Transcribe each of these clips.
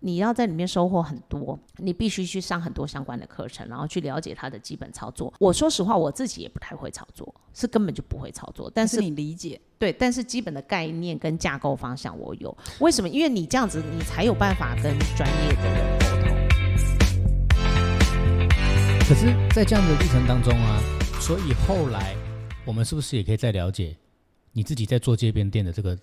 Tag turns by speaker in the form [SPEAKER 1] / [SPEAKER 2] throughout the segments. [SPEAKER 1] 你要在里面收获很多，你必须去上很多相关的课程，然后去了解它的基本操作。我说实话，我自己也不太会操作，是根本就不会操作，但
[SPEAKER 2] 但
[SPEAKER 1] 是
[SPEAKER 2] 是你理解，
[SPEAKER 1] 对，但是基本的概念跟架构方向我有。为什么？因为你这样子，你才有办法跟专业的人沟通。
[SPEAKER 3] 可是，在这样的历程当中啊，所以后来我们是不是也可以再了解你自己在做街边店的这个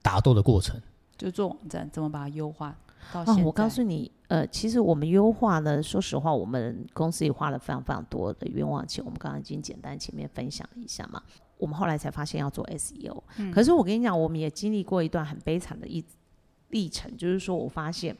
[SPEAKER 3] 打斗的过程？
[SPEAKER 2] 就做网站怎么把它优化到现
[SPEAKER 1] 哦
[SPEAKER 2] 在。，
[SPEAKER 1] 我告诉你，呃，其实我们优化呢，说实话，我们公司也花了非常非常多的冤枉钱。我们刚刚已经简单前面分享了一下嘛，我们后来才发现要做 SEO、可是
[SPEAKER 2] 嗯
[SPEAKER 1] 我跟你讲，我们也经历过一段很悲惨的一历程，就是说我发现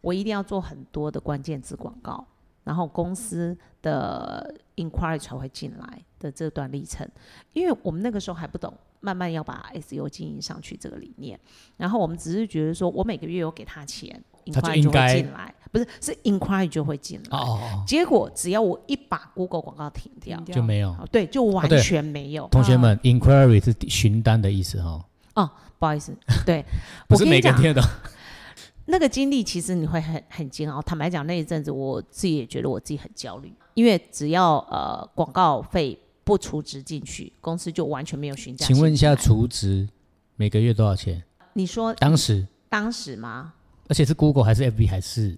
[SPEAKER 1] 我一定要做很多的关键字广告，然后公司的 inquiry 才会进来的这段历程，因为我们那个时候还不懂。慢慢要把 SEO 经营上去这个理念，然后我们只是觉得说，我每个月有给他钱
[SPEAKER 3] 他就
[SPEAKER 1] ，inquiry
[SPEAKER 3] 应
[SPEAKER 1] 就会
[SPEAKER 3] 该
[SPEAKER 1] 进来，不是是 inquiry 就会进来。
[SPEAKER 3] 哦哦
[SPEAKER 1] 结果只要我一把 Google 广告停掉
[SPEAKER 2] 停，
[SPEAKER 3] 哦，
[SPEAKER 2] 掉
[SPEAKER 3] 就没有。
[SPEAKER 1] 好对，就完
[SPEAKER 3] 对
[SPEAKER 1] 全没有。
[SPEAKER 3] 同学们、i
[SPEAKER 1] 嗯
[SPEAKER 3] n q u i r y 是询单的意思哦，
[SPEAKER 1] 不好意思，对
[SPEAKER 3] 不
[SPEAKER 1] 我
[SPEAKER 3] 是
[SPEAKER 1] 跟
[SPEAKER 3] 每
[SPEAKER 1] 你
[SPEAKER 3] 个
[SPEAKER 1] 讲啊
[SPEAKER 3] 人，听得懂。
[SPEAKER 1] 那个经历其实你会很很煎熬。坦白讲，那一阵子我自己也觉得我自己很焦虑，因为只要呃广告费不除值进去，公司就完全没有询价。
[SPEAKER 3] 请问一下，，厨值每个月多少钱？
[SPEAKER 1] 你说
[SPEAKER 3] 当时，
[SPEAKER 1] 当时吗？
[SPEAKER 3] 而且是 Google 还是 FB 还是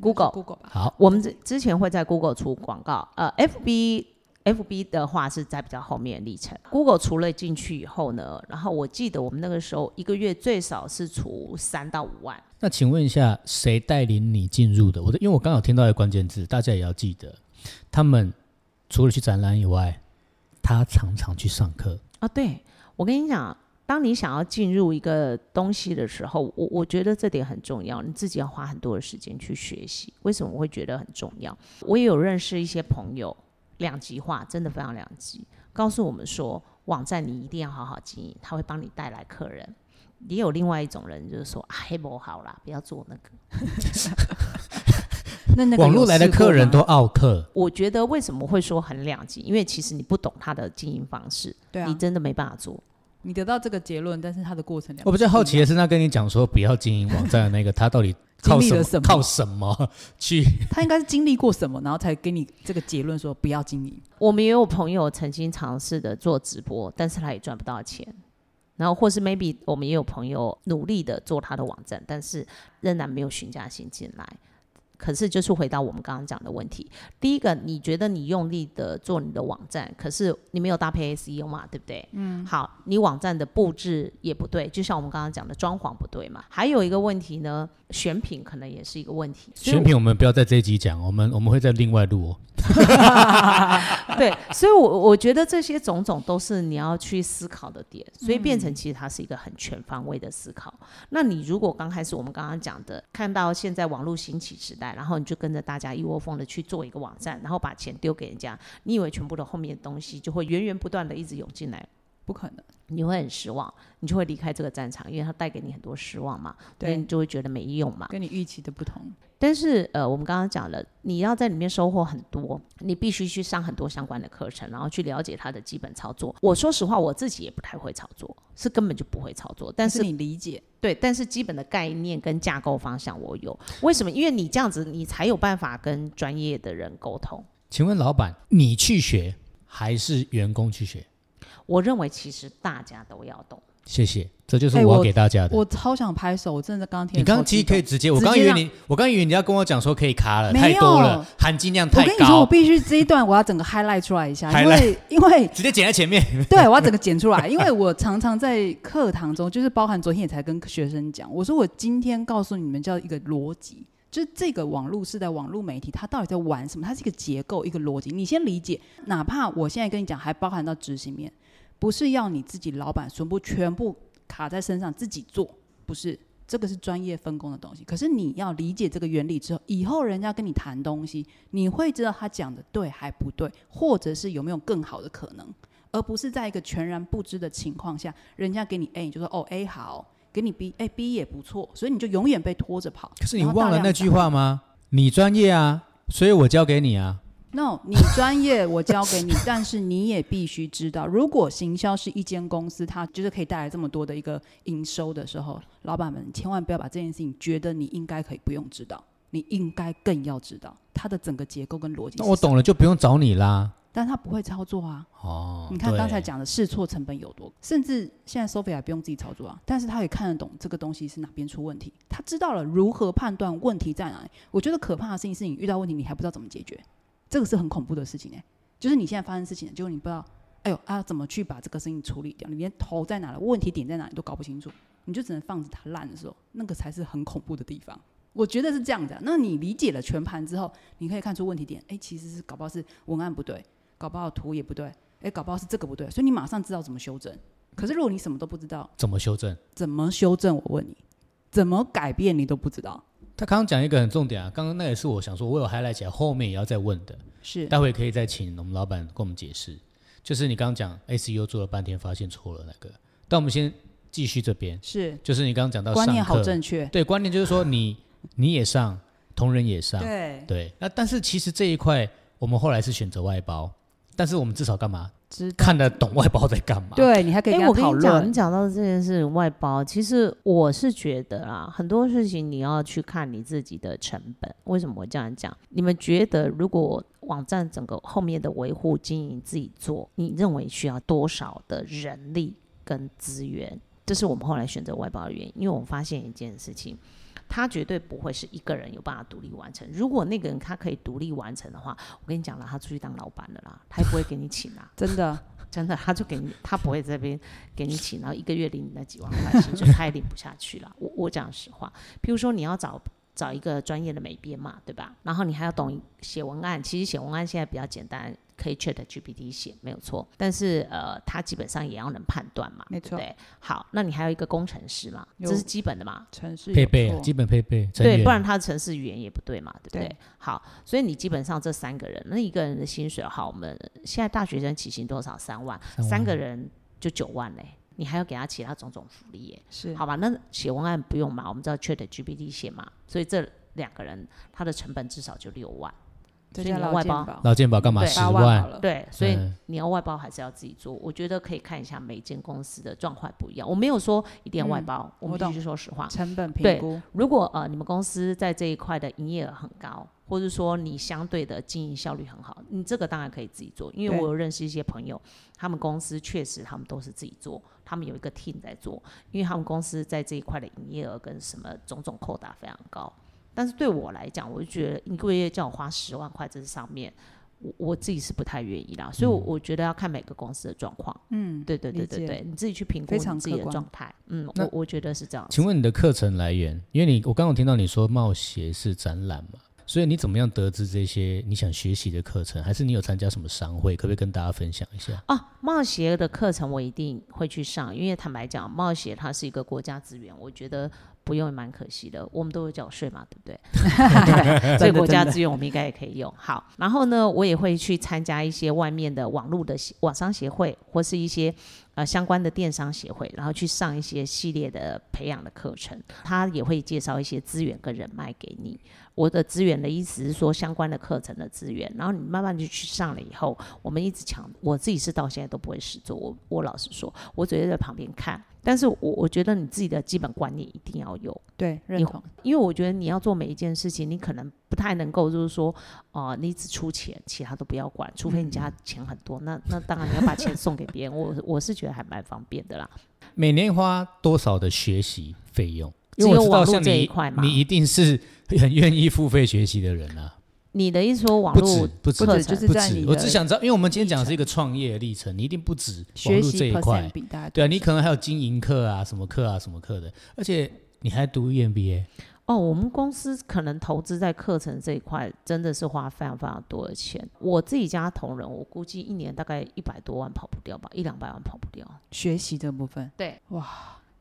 [SPEAKER 1] Google
[SPEAKER 2] Google 吧，
[SPEAKER 3] 好？
[SPEAKER 1] 我们之之前会在 Google 出广告，呃，FB FB 的话是在比较后面的历程。Google 除了进去以后呢，然后我记得我们那个时候一个月最少是出三到五万，
[SPEAKER 3] 那请问一下，谁带领你进入的？我的，因为我刚好听到一个关键字，大家也要记得，他们除了去展览以外，他常常去上课。
[SPEAKER 1] 啊，对我跟你讲，当你想要进入一个东西的时候，我我觉得这点很重要，你自己要花很多的时间去学习。为什么我会觉得很重要？我也有认识一些朋友，两极化真的非常两极，告诉我们说，网站你一定要好好经营，它会帮你带来客人。也有另外一种人，就是说啊，黑不好啦，不要做那个。
[SPEAKER 2] 那那个
[SPEAKER 3] 网
[SPEAKER 2] 有
[SPEAKER 3] 络来的
[SPEAKER 2] 试过
[SPEAKER 3] 客人
[SPEAKER 2] 吗
[SPEAKER 3] 都傲客，
[SPEAKER 1] 我觉得为什么会说很两极，因为其实你不懂它的经营方式，
[SPEAKER 2] 对啊
[SPEAKER 1] 你，真的没办法做。
[SPEAKER 2] 你得到这个结论，但是它的过程两
[SPEAKER 3] 我比较好奇的是，那跟你讲说不要经营网站的那个，他到底 靠
[SPEAKER 2] 经历
[SPEAKER 3] 什么
[SPEAKER 2] 了什么
[SPEAKER 3] 靠什么去？
[SPEAKER 2] 他应该是经历过什么，然后才给你这个结论说不要经营。
[SPEAKER 1] 我们也有朋友曾经尝试的做直播，但是他也赚不到钱。然后，或是 maybe 我们也有朋友努力的做他的网站，但是仍然没有询价性进来。可是，就是回到我们刚刚讲的问题，第一个，你觉得你用力的做你的网站，可是你没有搭配 SEO 嘛，对不对？嗯。好，你网站的布置也不对，就像我们刚刚讲的装潢不对嘛。还有一个问题呢，选品可能也是一个问题。所以
[SPEAKER 3] 选品我们不要在这一集讲，我们我们会在另外录、哦。
[SPEAKER 1] 对，所以我，我觉得这些种种都是你要去思考的点，所以变成其实它是一个很全方位的思考。那你如果刚开始我们刚刚讲的，看到现在网络兴起时代，然后你就跟着大家一窝蜂的去做一个网站，然后把钱丢给人家，你以为全部的后面的东西就会源源不断的一直涌进来，
[SPEAKER 2] 不可能，
[SPEAKER 1] 你会很失望，你就会离开这个战场，因为它带给你很多失望嘛，所以
[SPEAKER 2] 对
[SPEAKER 1] 你就会觉得没用嘛。
[SPEAKER 2] 跟你预期的不同。
[SPEAKER 1] 但是呃，我们刚刚讲了，你要在里面收获很多，你必须去上很多相关的课程，然后去了解它的基本操作。我说实话，我自己也不太会操作，是根本就不会操作。但
[SPEAKER 2] 但
[SPEAKER 1] 是
[SPEAKER 2] 是你理解，
[SPEAKER 1] 对，但是基本的概念跟架构方向我有。为什么？因为你这样子，你才有办法跟专业的人沟通。
[SPEAKER 3] 请问老板，你去学还是员工去学？
[SPEAKER 1] 我认为其实大家都要懂。
[SPEAKER 3] 谢谢，这就是
[SPEAKER 2] 哎
[SPEAKER 3] 我要
[SPEAKER 2] 我
[SPEAKER 3] 给大家的。
[SPEAKER 2] 我超想拍手，我真的刚刚听
[SPEAKER 3] 你
[SPEAKER 2] 得
[SPEAKER 3] 刚
[SPEAKER 2] 超
[SPEAKER 3] 刚
[SPEAKER 2] 激
[SPEAKER 3] 其实可以
[SPEAKER 2] 动
[SPEAKER 3] 直接，我
[SPEAKER 2] 直
[SPEAKER 3] 刚
[SPEAKER 2] 接
[SPEAKER 3] 以为
[SPEAKER 2] 让
[SPEAKER 3] 你，我刚以为你要跟我讲说可以卡了，
[SPEAKER 2] 没
[SPEAKER 3] 太多
[SPEAKER 2] 有
[SPEAKER 3] 了，含金量
[SPEAKER 2] 我
[SPEAKER 3] 太
[SPEAKER 2] 跟你说，我
[SPEAKER 3] 高，
[SPEAKER 2] 必须这一段我要整个 highlight 出来一下，因
[SPEAKER 3] highlight
[SPEAKER 2] 为因为
[SPEAKER 3] 直接剪在前面。
[SPEAKER 2] 对我要整个剪出来，因为我常常在课堂中，就是包含昨天也才跟学生讲，我说我今天告诉你们叫一个逻辑，就是这个网络是在网络媒体，它到底在玩什么？它是一个结构，一个逻辑，你先理解。哪怕我现在跟你讲，还包含到执行面，不是要你自己老板全部全部卡在身上自己做，不是。这个是专业分工的东西，可是你要理解这个原理之后，以后人家跟你谈东西，你会知道他讲的对还不对，或者是有没有更好的可能。而不是在一个全然不知的情况下，人家给你 A 你就说哦 A 好，给你 B 哎 B 也不错，所以你就永远被拖着跑。
[SPEAKER 3] 可是你
[SPEAKER 2] 然后大
[SPEAKER 3] 忘了
[SPEAKER 2] 量
[SPEAKER 3] 那
[SPEAKER 2] 打
[SPEAKER 3] 句，话吗？你专业啊，所以我教给你啊。
[SPEAKER 2] No，你专业我教给你，但是你也必须知道，如果行销是一间公司，它就是可以带来这么多的一个营收的时候，老板们千万不要把这件事情觉得你应该可以不用知道，你应该更要知道它的整个结构跟逻辑。
[SPEAKER 3] 那我，懂了就不用找你啦。
[SPEAKER 2] 但他不会操作啊。
[SPEAKER 3] 哦，
[SPEAKER 2] 你看刚才
[SPEAKER 3] 对
[SPEAKER 2] 讲的试错成本有多，甚至现在 Sophia 也不用自己操作啊，但是他也看得懂这个东西是哪边出问题，他知道了如何判断问题在哪里。我觉得可怕的事情是你遇到问题你还不知道怎么解决，这个是很恐怖的事情哎、就是你现在发生事情了，结果你不知道，哎呦啊怎么去把这个事情处理掉，你连头在哪了，问题点在哪里都搞不清楚，你就只能放着它烂的时候，那个才是很恐怖的地方。我觉得是这样的啊、那你理解了全盘之后，你可以看出问题点，哎，其实是搞不好是文案不对，搞不好图也不对，哎，搞不好是这个不对，所以你马上知道怎么修正。可是如果你什么都不知道，
[SPEAKER 3] 怎么修正？
[SPEAKER 2] 怎么修正？我问你，怎么改变你都不知道，
[SPEAKER 3] 他刚刚讲一个很重点啊，刚刚那也是我想说，我有 highlight 起来，后面也要再问的，
[SPEAKER 2] 是
[SPEAKER 3] 待会可以再请我们老板跟我们解释。就是你刚刚讲 SEO 做了半天，发现错了那个，但我们先继续这边，
[SPEAKER 2] 是，
[SPEAKER 3] 就是你刚刚讲到
[SPEAKER 2] 观念
[SPEAKER 3] 上课
[SPEAKER 2] 好正确，
[SPEAKER 3] 对，观念就是 说你你也上，同仁也上，
[SPEAKER 2] 对，
[SPEAKER 3] 对。那但是其实这一块我们后来是选择外包，但是我们至少干嘛
[SPEAKER 2] 知道，
[SPEAKER 3] 看得懂外包在干嘛？，
[SPEAKER 2] 对你还可以
[SPEAKER 1] 哎、
[SPEAKER 2] 跟
[SPEAKER 1] 我
[SPEAKER 2] 他
[SPEAKER 1] 跟
[SPEAKER 2] 讨
[SPEAKER 1] 你讲，
[SPEAKER 2] 论
[SPEAKER 1] 你，讲到这件事情外包，其实我是觉得啦，很多事情你要去看你自己的成本。为什么我这样讲？你们觉得如果网站整个后面的维护经营自己做，你认为需要多少的人力跟资源？这是我们后来选择外包的原因，因为我们发现一件事情。他绝对不会是一个人有办法独立完成。如果那个人他可以独立完成的话，我跟你讲了，他出去当老板了啦，他也不会给你请啊啦。
[SPEAKER 2] 真的
[SPEAKER 1] 真的，他就给你，他不会这边给你请，然后一个月领你那几万块薪水，他也领不下去了。我我讲实话，譬如说你要找找一个专业的美编嘛，对吧？然后你还要懂写文案，其实写文案现在比较简单，可以 Chat GPT 写没有错，但是呃，他基本上也要能判断嘛，
[SPEAKER 2] 没
[SPEAKER 1] 对
[SPEAKER 2] 错
[SPEAKER 1] 不对。好，那你还有一个工程师嘛，
[SPEAKER 2] 有
[SPEAKER 1] 这是基本的嘛，
[SPEAKER 2] 城市
[SPEAKER 3] 配
[SPEAKER 2] 有
[SPEAKER 3] 备啊
[SPEAKER 2] 错
[SPEAKER 3] 基本配备，成
[SPEAKER 1] 对，
[SPEAKER 3] 员
[SPEAKER 1] 不然他的城市语言也不对嘛，对不对？
[SPEAKER 2] 对
[SPEAKER 1] 好，所以你基本上这三个人，那一个人的薪水，好，我们现在大学生起薪多少？三万，
[SPEAKER 3] 三万
[SPEAKER 1] 三个人就九万嘞、你还要给他其他种种福利耶、
[SPEAKER 2] 是
[SPEAKER 1] 好吧，那写文案不用嘛，我们知道 Chat GPT 写嘛，所以这两个人他的成本至少就六万，
[SPEAKER 2] 这
[SPEAKER 1] 所以
[SPEAKER 2] 叫
[SPEAKER 1] 你要
[SPEAKER 2] 劳
[SPEAKER 1] 外
[SPEAKER 2] 健
[SPEAKER 1] 包
[SPEAKER 2] 保
[SPEAKER 3] 劳健保干嘛
[SPEAKER 1] 对
[SPEAKER 3] 十
[SPEAKER 2] 八万好了，
[SPEAKER 1] 对，所以
[SPEAKER 3] 嗯
[SPEAKER 1] 你要外包还是要自己做？我觉得可以看一下每间公司的状况不一样，我没有说一定要外
[SPEAKER 2] 嗯
[SPEAKER 1] 包，我
[SPEAKER 2] 我
[SPEAKER 1] 们
[SPEAKER 2] 懂
[SPEAKER 1] 必须说实话，
[SPEAKER 2] 成本评
[SPEAKER 1] 对
[SPEAKER 2] 估
[SPEAKER 1] 如果呃你们公司在这一块的营业额很高，或者说你相对的经营效率很好，你这个当然可以自己做。因为
[SPEAKER 2] 对
[SPEAKER 1] 我有认识一些朋友，他们公司确实他们都是自己做，他们有一个 team 在做，因为他们公司在这一块的营业额跟什么种种扣打非常高。但是对我来讲，我就觉得一个月叫我花十万块在这上面，我我自己是不太愿意啦。所以我，我觉得要看每个公司的状况。嗯，对对对
[SPEAKER 2] 嗯理
[SPEAKER 1] 对
[SPEAKER 2] 解
[SPEAKER 1] 对，你自己去评估
[SPEAKER 2] 非常
[SPEAKER 1] 你自己
[SPEAKER 2] 客
[SPEAKER 1] 的
[SPEAKER 2] 观
[SPEAKER 1] 状态。嗯，
[SPEAKER 3] 那
[SPEAKER 1] 我我觉得是这样子。
[SPEAKER 3] 请问你的课程来源？因为你我刚刚有听到你说冒险是展览嘛，所以你怎么样得知这些你想学习的课程？还是你有参加什么商会？可不可以跟大家分享一下？
[SPEAKER 1] 啊，冒险的课程我一定会去上，因为坦白讲，冒险它是一个国家资源，我觉得不用也蛮可惜的。我们都有缴税嘛，对不 对？对所以
[SPEAKER 2] 真的
[SPEAKER 1] 国家
[SPEAKER 2] 真的
[SPEAKER 1] 资源我们应该也可以用。好，然后呢，我也会去参加一些外面的网络的协网商协会，或是一些呃相关的电商协会，然后去上一些系列的培养的课程。他也会介绍一些资源跟人脉给你。我的资源的意思是说相关的课程的资源，然后你慢慢就去上了以后，我们一直强，我自己是到现在都不会实做，我我老实说，我只是在旁边看，但是我我觉得你自己的基本观念一定要有，
[SPEAKER 2] 对认
[SPEAKER 1] 你
[SPEAKER 2] 同
[SPEAKER 1] 因为我觉得你要做每一件事情，你可能不太能够就是说，哦，你只出钱，其他都不要管，除非你
[SPEAKER 3] 嗯
[SPEAKER 1] 家钱很多，那那当然你要把钱送给别人，我我是觉得还蛮方便的啦。
[SPEAKER 3] 每年花多少的学习费用？
[SPEAKER 1] 只
[SPEAKER 3] 因为
[SPEAKER 1] 有
[SPEAKER 3] 我知
[SPEAKER 1] 网
[SPEAKER 3] 道
[SPEAKER 1] 络
[SPEAKER 3] 像
[SPEAKER 1] 这一
[SPEAKER 3] 你
[SPEAKER 1] 块，嘛，
[SPEAKER 3] 你一定是很愿意付费学习的人啊，
[SPEAKER 1] 你的意思说网
[SPEAKER 3] 不
[SPEAKER 1] 络
[SPEAKER 3] 止不止
[SPEAKER 1] 课
[SPEAKER 2] 不止
[SPEAKER 1] 程
[SPEAKER 2] 就是
[SPEAKER 3] 不
[SPEAKER 2] 在你
[SPEAKER 3] 止。
[SPEAKER 2] 的
[SPEAKER 3] 我只想知道，因为我们今天讲的是一个创业历程，你一定不止网
[SPEAKER 2] 学
[SPEAKER 3] 络这
[SPEAKER 2] 习
[SPEAKER 3] 一
[SPEAKER 2] percent
[SPEAKER 3] 块，
[SPEAKER 2] 比大家
[SPEAKER 3] 对啊，你可能还有经营课啊，什么课啊，什么课的，而且你还读 EMBA，
[SPEAKER 1] 哦，我们公司可能投资在课程这一块，真的是花非常非常多的钱。我自己家同仁，我估计一年大概一百多万跑不掉吧，一两百万跑不掉，
[SPEAKER 2] 学习这部分
[SPEAKER 1] 对，
[SPEAKER 2] 哇，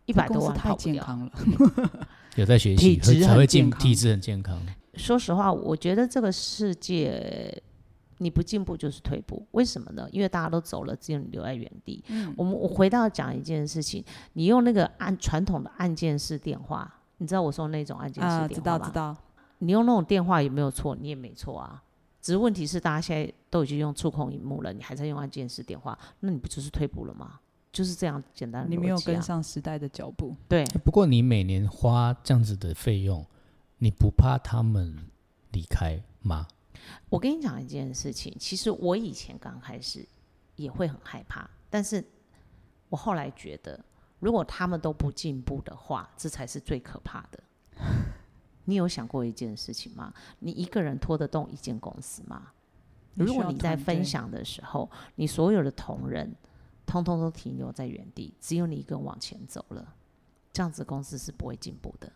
[SPEAKER 1] 一百
[SPEAKER 2] 这
[SPEAKER 1] 多
[SPEAKER 2] 公司
[SPEAKER 1] 万
[SPEAKER 2] 太
[SPEAKER 1] 跑不
[SPEAKER 2] 健
[SPEAKER 1] 掉。
[SPEAKER 2] 康了，
[SPEAKER 3] 有在学习，
[SPEAKER 2] 体质
[SPEAKER 3] 会才
[SPEAKER 2] 很
[SPEAKER 3] 会
[SPEAKER 2] 健
[SPEAKER 3] 进
[SPEAKER 2] 康
[SPEAKER 3] 体质很健康。
[SPEAKER 1] 说实话，我觉得这个世界，你不进步就是退步。为什么呢？因为大家都走了，只有你留在原地。
[SPEAKER 2] 嗯
[SPEAKER 1] 我们我回到讲一件事情，你用那个按传统的按键式电话，你知道我说那种按键式
[SPEAKER 2] 啊，
[SPEAKER 1] 电
[SPEAKER 2] 知
[SPEAKER 1] 话
[SPEAKER 2] 道
[SPEAKER 1] 吗？
[SPEAKER 2] 知道，
[SPEAKER 1] 你用那种电话也没有错，你也没错啊。只是问题是，大家现在都已经用触控荧幕了，你还在用按键式电话，那你不就是退步了吗？就是这样简单的、啊
[SPEAKER 2] 你没有跟，上时代的脚步。
[SPEAKER 1] 对，
[SPEAKER 3] 哎不过你每年花这样子的费用，你不怕他们离开吗？
[SPEAKER 1] 我跟你讲一件事情，其实我以前刚开始也会很害怕，但是我后来觉得，如果他们都不进步的话，这才是最可怕的。你有想过一件事情吗？你一个人拖得动一间公司吗？
[SPEAKER 2] 你需
[SPEAKER 1] 如
[SPEAKER 2] 要
[SPEAKER 1] 果你在
[SPEAKER 2] 团队
[SPEAKER 1] 分享的时候，你所有的同仁通通都停留在原地，只有你一个人往前走了，这样子公司是不会进步的。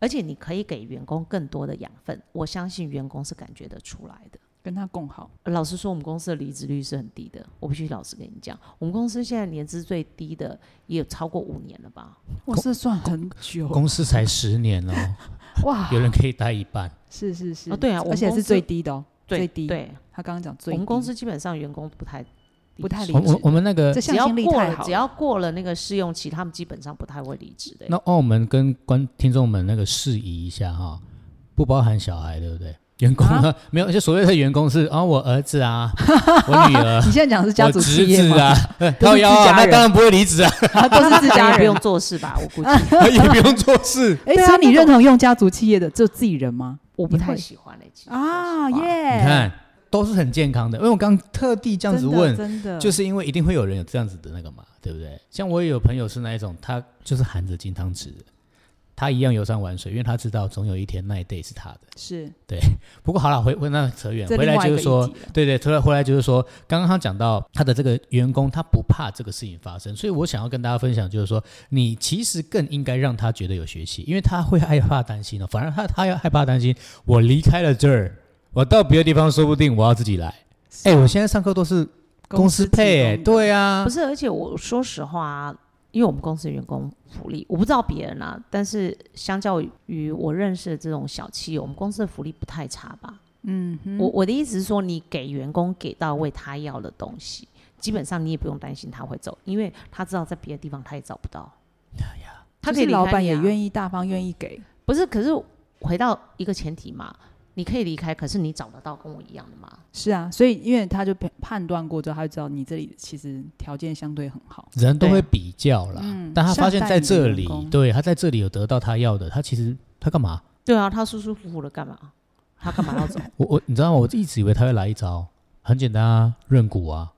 [SPEAKER 1] 而且你可以给员工更多的养分，我相信员工是感觉得出来的。
[SPEAKER 2] 跟他共好，
[SPEAKER 1] 老实说，我们公司的离职率是很低的。我必须老实跟你讲，我们公司现在年资最低的也有超过五年了吧？
[SPEAKER 2] 我是算很久
[SPEAKER 3] 公司才十年 哦，
[SPEAKER 2] 哇
[SPEAKER 3] 有，人可以待一半，
[SPEAKER 2] 是是是，
[SPEAKER 1] 哦对啊我们
[SPEAKER 2] 而且
[SPEAKER 1] 公
[SPEAKER 2] 是
[SPEAKER 1] 司
[SPEAKER 2] 最低的哦，
[SPEAKER 1] 对
[SPEAKER 2] 最低。
[SPEAKER 1] 对，
[SPEAKER 2] 他刚刚讲最
[SPEAKER 1] 我
[SPEAKER 2] 低，
[SPEAKER 1] 们公司基本上员工不太
[SPEAKER 2] 不太
[SPEAKER 1] 职
[SPEAKER 2] 离
[SPEAKER 3] 我我我们那个
[SPEAKER 2] 这
[SPEAKER 1] 只
[SPEAKER 2] 向
[SPEAKER 1] 要
[SPEAKER 2] 心力
[SPEAKER 1] 过
[SPEAKER 2] 太
[SPEAKER 1] 了
[SPEAKER 2] 好
[SPEAKER 1] 只
[SPEAKER 2] 了，，
[SPEAKER 1] 要过了那个试用期，他们基本上不太会离职的、欸
[SPEAKER 3] 那澳门跟观听众们那个释疑一下哈、不包含小孩，对不对？员工呢？没有，而且所谓的员工是啊、我儿子啊，我女儿
[SPEAKER 2] 你现在讲的是家
[SPEAKER 3] 我
[SPEAKER 2] 族
[SPEAKER 3] 侄
[SPEAKER 2] 企业
[SPEAKER 3] 子
[SPEAKER 2] 吗？
[SPEAKER 3] 啊，
[SPEAKER 2] 都
[SPEAKER 3] 靠
[SPEAKER 2] 是
[SPEAKER 3] 腰
[SPEAKER 2] 自
[SPEAKER 3] 啊，
[SPEAKER 2] 家
[SPEAKER 3] 那
[SPEAKER 2] 人
[SPEAKER 3] 当然不会离职啊，
[SPEAKER 2] 都是自家
[SPEAKER 1] 也不
[SPEAKER 2] 人
[SPEAKER 1] 用。做事吧？我估计
[SPEAKER 3] 也不用做事。
[SPEAKER 2] 哎，
[SPEAKER 1] 对啊
[SPEAKER 2] 所以你
[SPEAKER 1] 那
[SPEAKER 2] 认同用家族企业的只有自己人吗？
[SPEAKER 1] 我不
[SPEAKER 2] 你
[SPEAKER 1] 太
[SPEAKER 2] 会
[SPEAKER 1] 喜欢嘞、欸其实说
[SPEAKER 2] 啊
[SPEAKER 1] 实话
[SPEAKER 2] 耶！
[SPEAKER 3] 你看，都是很健康的。因为我刚特地这
[SPEAKER 2] 这
[SPEAKER 3] 样子问，
[SPEAKER 2] 真的
[SPEAKER 3] 就是因为一定会有人有这样子的那个嘛，对不对？像我也有朋友是那一种，他就是含着金汤匙的，他一样游山玩水，因为他知道总有一天那一 day 是他的。
[SPEAKER 2] 是
[SPEAKER 3] 不过好了，回回那扯远，
[SPEAKER 2] 这
[SPEAKER 3] 回来
[SPEAKER 2] 另外一
[SPEAKER 3] 就
[SPEAKER 2] 个
[SPEAKER 3] 是
[SPEAKER 2] 议
[SPEAKER 3] 说
[SPEAKER 2] 题了，
[SPEAKER 3] 对对，回来回来就是说，刚刚他讲到他的这个员工，他不怕这个事情发生，所以我想要跟大家分享，就是说，你其实更应该让他觉得有学习，因为他会害怕担心哦，反而他他要害怕担心，我离开了这儿，我到别的地方，说不定我要自己来。
[SPEAKER 2] 啊
[SPEAKER 3] 哎、我现在上课都是公司
[SPEAKER 2] 提供
[SPEAKER 3] 配、哎，
[SPEAKER 2] 的
[SPEAKER 3] 对啊
[SPEAKER 1] 不，是，而且我说实话啊，因为我们公司的员工福利，我不知道别人啊，但是相较于我认识的这种小企业，我们公司的福利不太差吧？
[SPEAKER 2] 嗯哼，
[SPEAKER 1] 我我的意思是说，你给员工给到位他要的东西，基本上你也不用担心他会走，因为他知道在别的地方他也找不到。他可以
[SPEAKER 2] 就是老板也
[SPEAKER 1] 意。
[SPEAKER 2] 愿意大方，愿意给，
[SPEAKER 1] 啊不是，可是回到一个前提嘛，你可以离开，可是你找得到跟我一样的吗？
[SPEAKER 2] 是啊，所以因为他就判判断过之后，他就知道你这里其实条件相对很好，
[SPEAKER 3] 人都
[SPEAKER 1] 对
[SPEAKER 3] 会比较啦，
[SPEAKER 2] 嗯
[SPEAKER 3] 但他发现
[SPEAKER 2] 善待你
[SPEAKER 3] 在
[SPEAKER 2] 的
[SPEAKER 3] 这
[SPEAKER 2] 员
[SPEAKER 3] 里
[SPEAKER 2] 工，
[SPEAKER 3] 对他在这里有得到他要的，他其实他干嘛？
[SPEAKER 1] 对啊，他舒舒服服的干嘛？他干嘛要走？
[SPEAKER 3] 我我你知道吗？我一直以为他会来一招，很简单啊，认股啊，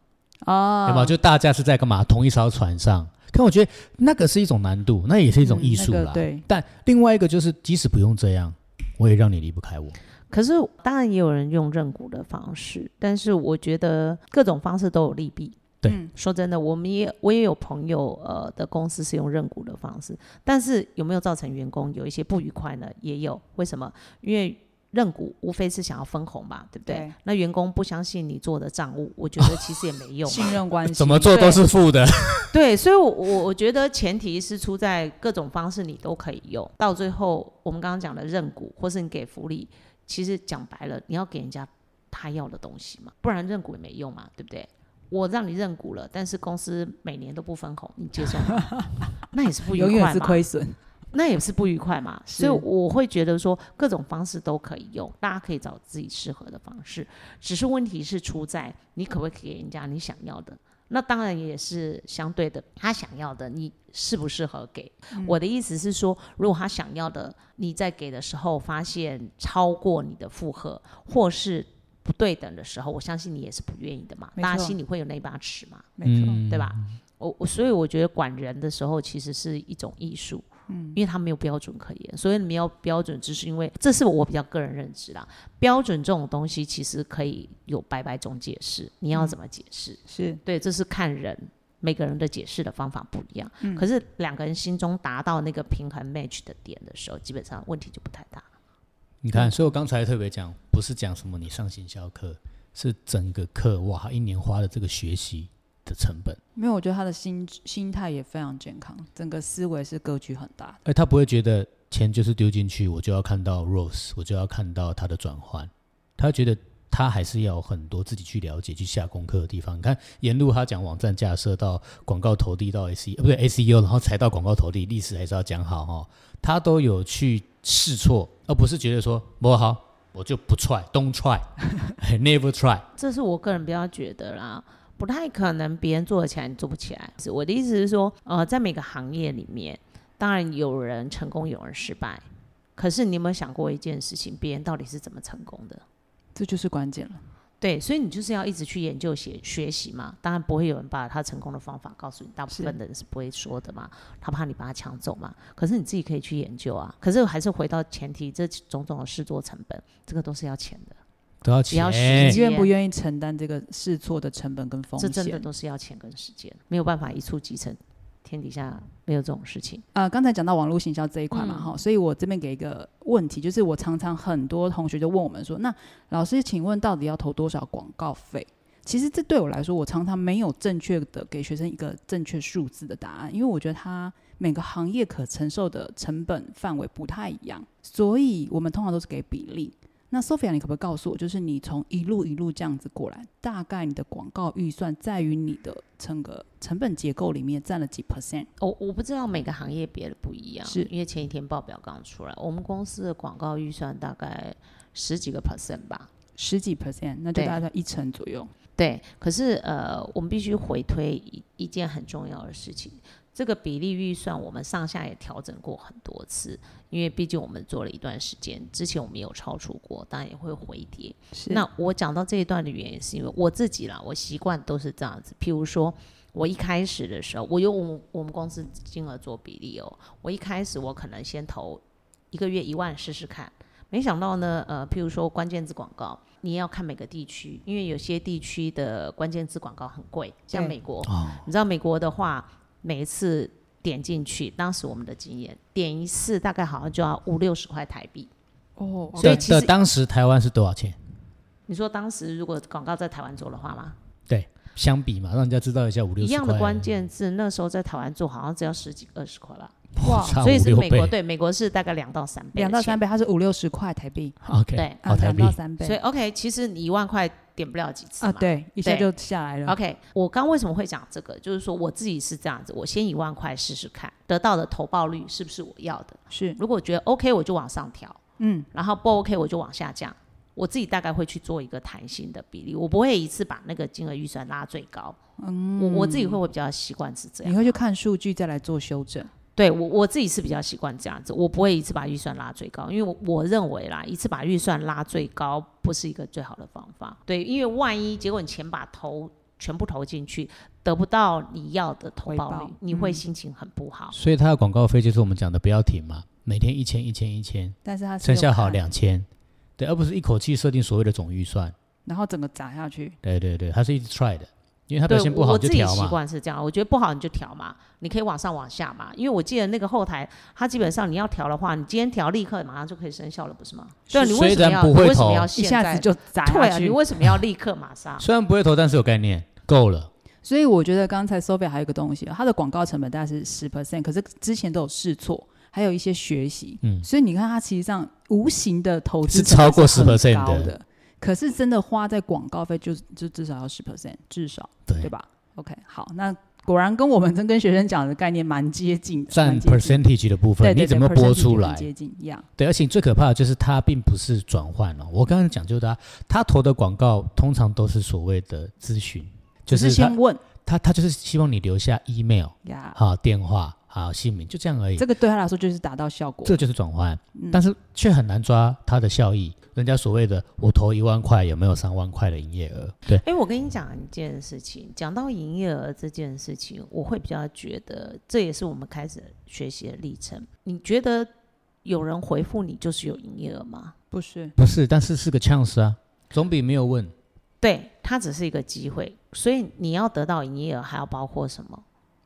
[SPEAKER 1] 哦
[SPEAKER 2] 啊，
[SPEAKER 3] 对吧？就大家是在干嘛？同一艘船上。可我觉得那个是一种难度，那也是一种
[SPEAKER 2] 嗯
[SPEAKER 3] 艺术
[SPEAKER 2] 那
[SPEAKER 3] 啦。
[SPEAKER 2] 个对，
[SPEAKER 3] 但另外一个就是，即使不用这样，我也让你离不开我。
[SPEAKER 1] 可是当然也有人用认股的方式，但是我觉得各种方式都有利弊。
[SPEAKER 3] 对
[SPEAKER 2] 嗯
[SPEAKER 1] 说真的，我们也我也有朋友呃的公司是用认股的方式，但是有没有造成员工有一些不愉快呢？也有，为什么？因为认股无非是想要分红嘛，对不对？
[SPEAKER 2] 对
[SPEAKER 1] 那员工不相信你做的账务，我觉得其实也没 用、啊。
[SPEAKER 2] 信任关系，
[SPEAKER 3] 怎么做都是负的。
[SPEAKER 1] 对，所以我，我我觉得前提是出在各种方式你都可以用，到最后我们刚刚讲的认股，或是你给福利，其实讲白了，你要给人家他要的东西嘛，不然认股也没用嘛，对不对？我让你认股了，但是公司每年都不分红，你接受吗？ 那也是不愉
[SPEAKER 2] 永远
[SPEAKER 1] 快
[SPEAKER 2] 是
[SPEAKER 1] 嘛，
[SPEAKER 2] 亏损，
[SPEAKER 1] 那也是不愉快嘛。
[SPEAKER 2] 是
[SPEAKER 1] 所以我会觉得说，各种方式都可以用，大家可以找自己适合的方式。只是问题是出在你可不可以给人家你想要的。那当然也是相对的，他想要的你适不适合给？
[SPEAKER 2] 嗯
[SPEAKER 1] 我的意思是说，如果他想要的你在给的时候发现超过你的负荷，或是不对等的时候，我相信你也是不愿意的嘛。
[SPEAKER 2] 没
[SPEAKER 1] 大家
[SPEAKER 2] 错
[SPEAKER 1] 心里会有那一把尺嘛。
[SPEAKER 2] 没错，
[SPEAKER 3] 嗯，
[SPEAKER 1] 对吧？我我所以我觉得管人的时候其实是一种艺术，嗯，因为他没有标准可言，所以你没有标准，只是因为这是我比较个人认知啦。标准这种东西其实可以有百百种解释，你
[SPEAKER 3] 嗯
[SPEAKER 1] 要怎么解释？
[SPEAKER 2] 是
[SPEAKER 1] 对，这是看人。每个人的解释的方法不一样，
[SPEAKER 3] 嗯
[SPEAKER 1] 可是两个人心中达到那个平衡 match 的点的时候，基本上问题就不太大。
[SPEAKER 3] 你看，所以我刚才特别讲，不是讲什么你上行销课，是整个课哇，一年花的这个学习的成本，
[SPEAKER 2] 没有，我觉得他的心心态也非常健康，整个思维是格局很大的，
[SPEAKER 3] 而哎他不会觉得钱就是丢进去，我就要看到 Rose，我就要看到它的转换，他觉得。他还是要有很多自己去了解、去下功课的地方。你看，沿路他讲网站架设到广告投递到 SE，呃不对 SEO，然后才到广告投递，历史还是要讲好哦。他都有去试错，而不是觉得说不好，我就不 try，don't try，never try。
[SPEAKER 1] 这是我个人比较觉得啦，不太可能别人做得起来，你做不起来。是我的意思是说，呃，在每个行业里面，当然有人成功，有人失败。可是你有没有想过一件事情，别人到底是怎么成功的？
[SPEAKER 2] 这就是关键了。
[SPEAKER 1] 对，所以你就是要一直去研究学学习嘛。当然不会有人把他成功的方法告诉你，大部分的人是不会说的嘛，他怕你把他抢走嘛。可是你自己可以去研究啊。可是还是回到前提，这种种的试做成本，这个都是要钱的。
[SPEAKER 3] 都要
[SPEAKER 1] 只要
[SPEAKER 3] 钱
[SPEAKER 1] 时
[SPEAKER 2] 你
[SPEAKER 1] 间
[SPEAKER 2] 愿不愿意承担这个试错的成本跟风
[SPEAKER 1] 这
[SPEAKER 2] 险？
[SPEAKER 1] 真的都是要钱跟时间，没有办法一触即成，天底下没有这种事情。
[SPEAKER 2] 呃，刚才讲到网络行销这一块嘛，
[SPEAKER 1] 嗯
[SPEAKER 2] 哈、所以我这边给一个问题，就是我常常很多同学就问我们说，那老师，请问到底要投多少广告费？其实这对我来说，我常常没有正确的给学生一个正确数字的答案，因为我觉得他每个行业可承受的成本范围不太一样，所以我们通常都是给比例。那 Sophia，你可不可以告诉我，就是你从一路一路这样子过来，大概你的广告预算在于你的整个成本结构里面占了几 percent？
[SPEAKER 1] 我哦我不知道每个行业别的不一样，
[SPEAKER 2] 是
[SPEAKER 1] 因为前一天报表刚出来，我们公司的广告预算大概十几个 percent 吧。
[SPEAKER 2] 十几 percent，那就
[SPEAKER 1] 对
[SPEAKER 2] 大概在一成左右。
[SPEAKER 1] 对，可是呃，我们必须回推一一件很重要的事情，这个比例预算我们上下也调整过很多次，因为毕竟我们做了一段时间，之前我们有超出过，当然也会回跌。
[SPEAKER 2] 是
[SPEAKER 1] 那我讲到这一段的原因，是因为我自己啦，我习惯都是这样子。譬如说，我一开始的时候，我用我们我们公司金额做比例哦，我一开始我可能先投一个月一万试试看，没想到呢，呃，譬如说关键字广告，你要看每个地区，因为有些地区的关键字广告很贵，像
[SPEAKER 2] 对
[SPEAKER 1] 美国，
[SPEAKER 3] 哦，
[SPEAKER 1] 你知道美国的话，每一次点进去，当时我们的经验，点一次大概好像就要五六十块台币。
[SPEAKER 2] 哦
[SPEAKER 1] 所以
[SPEAKER 3] 的
[SPEAKER 1] 其实
[SPEAKER 3] 的当时台湾是多少钱？
[SPEAKER 1] 你说当时如果广告在台湾做的话吗？
[SPEAKER 3] 相比嘛，让人家知道一下五六
[SPEAKER 1] 一
[SPEAKER 3] 十
[SPEAKER 1] 样的
[SPEAKER 3] 块
[SPEAKER 1] 关 键字，那时候在台湾做好像只要十几二十块吧，
[SPEAKER 2] 哇
[SPEAKER 3] 差
[SPEAKER 1] 所以
[SPEAKER 3] 五
[SPEAKER 1] 是
[SPEAKER 3] 六
[SPEAKER 1] 美国
[SPEAKER 3] 倍。
[SPEAKER 1] 对美国是大概两到三倍，
[SPEAKER 2] 两到三，倍，它是五六十块台币，
[SPEAKER 3] OK，
[SPEAKER 1] 对
[SPEAKER 2] 啊，
[SPEAKER 3] 好哦台
[SPEAKER 2] 两
[SPEAKER 3] 币
[SPEAKER 2] 到三倍，
[SPEAKER 1] 所以 OK，其实你一万块点不了几次
[SPEAKER 2] 啊，
[SPEAKER 1] 嘛。
[SPEAKER 2] 对，一下
[SPEAKER 1] 对哦
[SPEAKER 2] 就下来了。
[SPEAKER 1] OK，我刚为什么会讲这个？就是说我自己是这样子，我先一万块试试看，得到的投报率是不是我要的？
[SPEAKER 2] 是，
[SPEAKER 1] 如果觉得 OK，我就往上调，
[SPEAKER 2] 嗯，
[SPEAKER 1] 然后不 OK 我就往下降。我自己大概会去做一个弹性的比例，我不会一次把那个金额预算拉最高。嗯，我我自己会会比较习惯是这样。
[SPEAKER 2] 你会去看数据再来做修正。
[SPEAKER 1] 对我我自己是比较习惯这样子，我不会一次把预算拉最高，因为我我认为啦，一次把预算拉最高不是一个最好的方法。对，因为万一结果你钱把投全部投进去，得不到你要的投
[SPEAKER 2] 回
[SPEAKER 1] 报
[SPEAKER 2] 报嗯
[SPEAKER 1] 率，你会心情很不好。
[SPEAKER 3] 所以它的广告费就是我们讲的不要停嘛，每天一千一千一千，
[SPEAKER 2] 但是它啊是
[SPEAKER 3] 剩下
[SPEAKER 2] 有
[SPEAKER 3] 好
[SPEAKER 2] 看，
[SPEAKER 3] 两千，对，而不是一口气设定所谓的总预算。
[SPEAKER 2] 然后整个砸下去。
[SPEAKER 3] 对对对，它是一直 try 的，因为它表
[SPEAKER 1] 对，
[SPEAKER 3] 现不
[SPEAKER 1] 我
[SPEAKER 3] 好
[SPEAKER 1] 我
[SPEAKER 3] 就
[SPEAKER 1] 自己
[SPEAKER 3] 调
[SPEAKER 1] 习
[SPEAKER 3] 嘛。
[SPEAKER 1] 惯是这样，我觉得不好你就调嘛，你可以往上往下嘛。因为我记得那个后台，它基本上你要调的话，你今天调立刻马上就可以生效了，不是吗？对，啊你为
[SPEAKER 3] 虽
[SPEAKER 1] 什么
[SPEAKER 3] 然
[SPEAKER 1] 要
[SPEAKER 3] 不
[SPEAKER 1] 你
[SPEAKER 3] 会
[SPEAKER 1] 为什么
[SPEAKER 3] 投
[SPEAKER 1] 要
[SPEAKER 2] 一
[SPEAKER 1] 现
[SPEAKER 2] 下
[SPEAKER 1] 在
[SPEAKER 2] 子就砸
[SPEAKER 1] 对
[SPEAKER 2] 下
[SPEAKER 1] 啊？你
[SPEAKER 2] 去，
[SPEAKER 1] 为什么要立刻马上？
[SPEAKER 3] 虽然不会投，但是有概念，够了。
[SPEAKER 2] 所以我觉得刚才 Sophia 还有一个东西，它的广告成本大概是十 percent，可是之前都有试错，还有一些学习，
[SPEAKER 3] 嗯
[SPEAKER 2] 所以你看，它其实上无形的投资
[SPEAKER 3] 是超过
[SPEAKER 2] 成本是
[SPEAKER 3] 10%
[SPEAKER 2] 很高
[SPEAKER 3] 的
[SPEAKER 2] 的，可是真的花在广告费就就至少要十 percent，至少
[SPEAKER 3] 对
[SPEAKER 2] 对吧？OK，好，那果然跟我们真跟学生讲的概念蛮接近的，
[SPEAKER 3] 占
[SPEAKER 2] 蛮接近
[SPEAKER 3] percentage 的部
[SPEAKER 2] 对对
[SPEAKER 3] 分，你怎么
[SPEAKER 2] 对
[SPEAKER 3] 播
[SPEAKER 2] percentage
[SPEAKER 3] 出
[SPEAKER 2] 就很
[SPEAKER 3] 来？
[SPEAKER 2] 接近一样？
[SPEAKER 3] 对，而且最可怕的就是它并不是转换哦。我刚刚讲就是它，它投的广告通常都是所谓的咨询，就
[SPEAKER 2] 只
[SPEAKER 3] 是
[SPEAKER 2] 先
[SPEAKER 3] 它
[SPEAKER 2] 问
[SPEAKER 3] 它它就是希望你留下 email
[SPEAKER 2] 呀，
[SPEAKER 3] 好电话好姓名，就这样而已。
[SPEAKER 2] 这个对他来说就是达到效果。
[SPEAKER 3] 这就是转换，
[SPEAKER 2] 嗯
[SPEAKER 3] 但是却很难抓它的效益。人家所谓的我投一万块有没有三万块的营业额？对，
[SPEAKER 1] 哎、我跟你讲一件事情，讲到营业额这件事情，我会比较觉得这也是我们开始学习的历程。你觉得有人回复你就是有营业额吗？
[SPEAKER 2] 不是
[SPEAKER 3] 不是，但是是个 chance 啊，总比没有问。
[SPEAKER 1] 对，它只是一个机会，所以你要得到营业额，还要包括什么？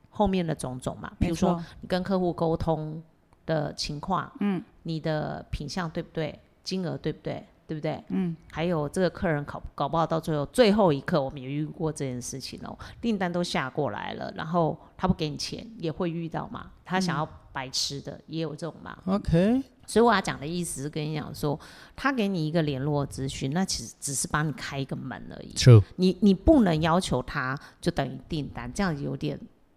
[SPEAKER 1] 后面的种种嘛，比
[SPEAKER 2] 没
[SPEAKER 1] 如说
[SPEAKER 2] 错
[SPEAKER 1] 你跟客户沟通的情况，嗯，你的品相对不对，金额对不对，对不对？嗯，还有这个客人搞搞不好到最后最后一刻，我们也遇过这件事情哦，订单都下过来了，然后他不给你钱，也会遇到嘛，他想要白吃的、也有这种嘛，
[SPEAKER 3] OK，
[SPEAKER 1] 所以我要讲的意思是跟你讲说，他给你一个联络资讯，那其实只是帮你开一个门而已，
[SPEAKER 3] True，
[SPEAKER 1] 你你不能要求他就等于订单，这样有点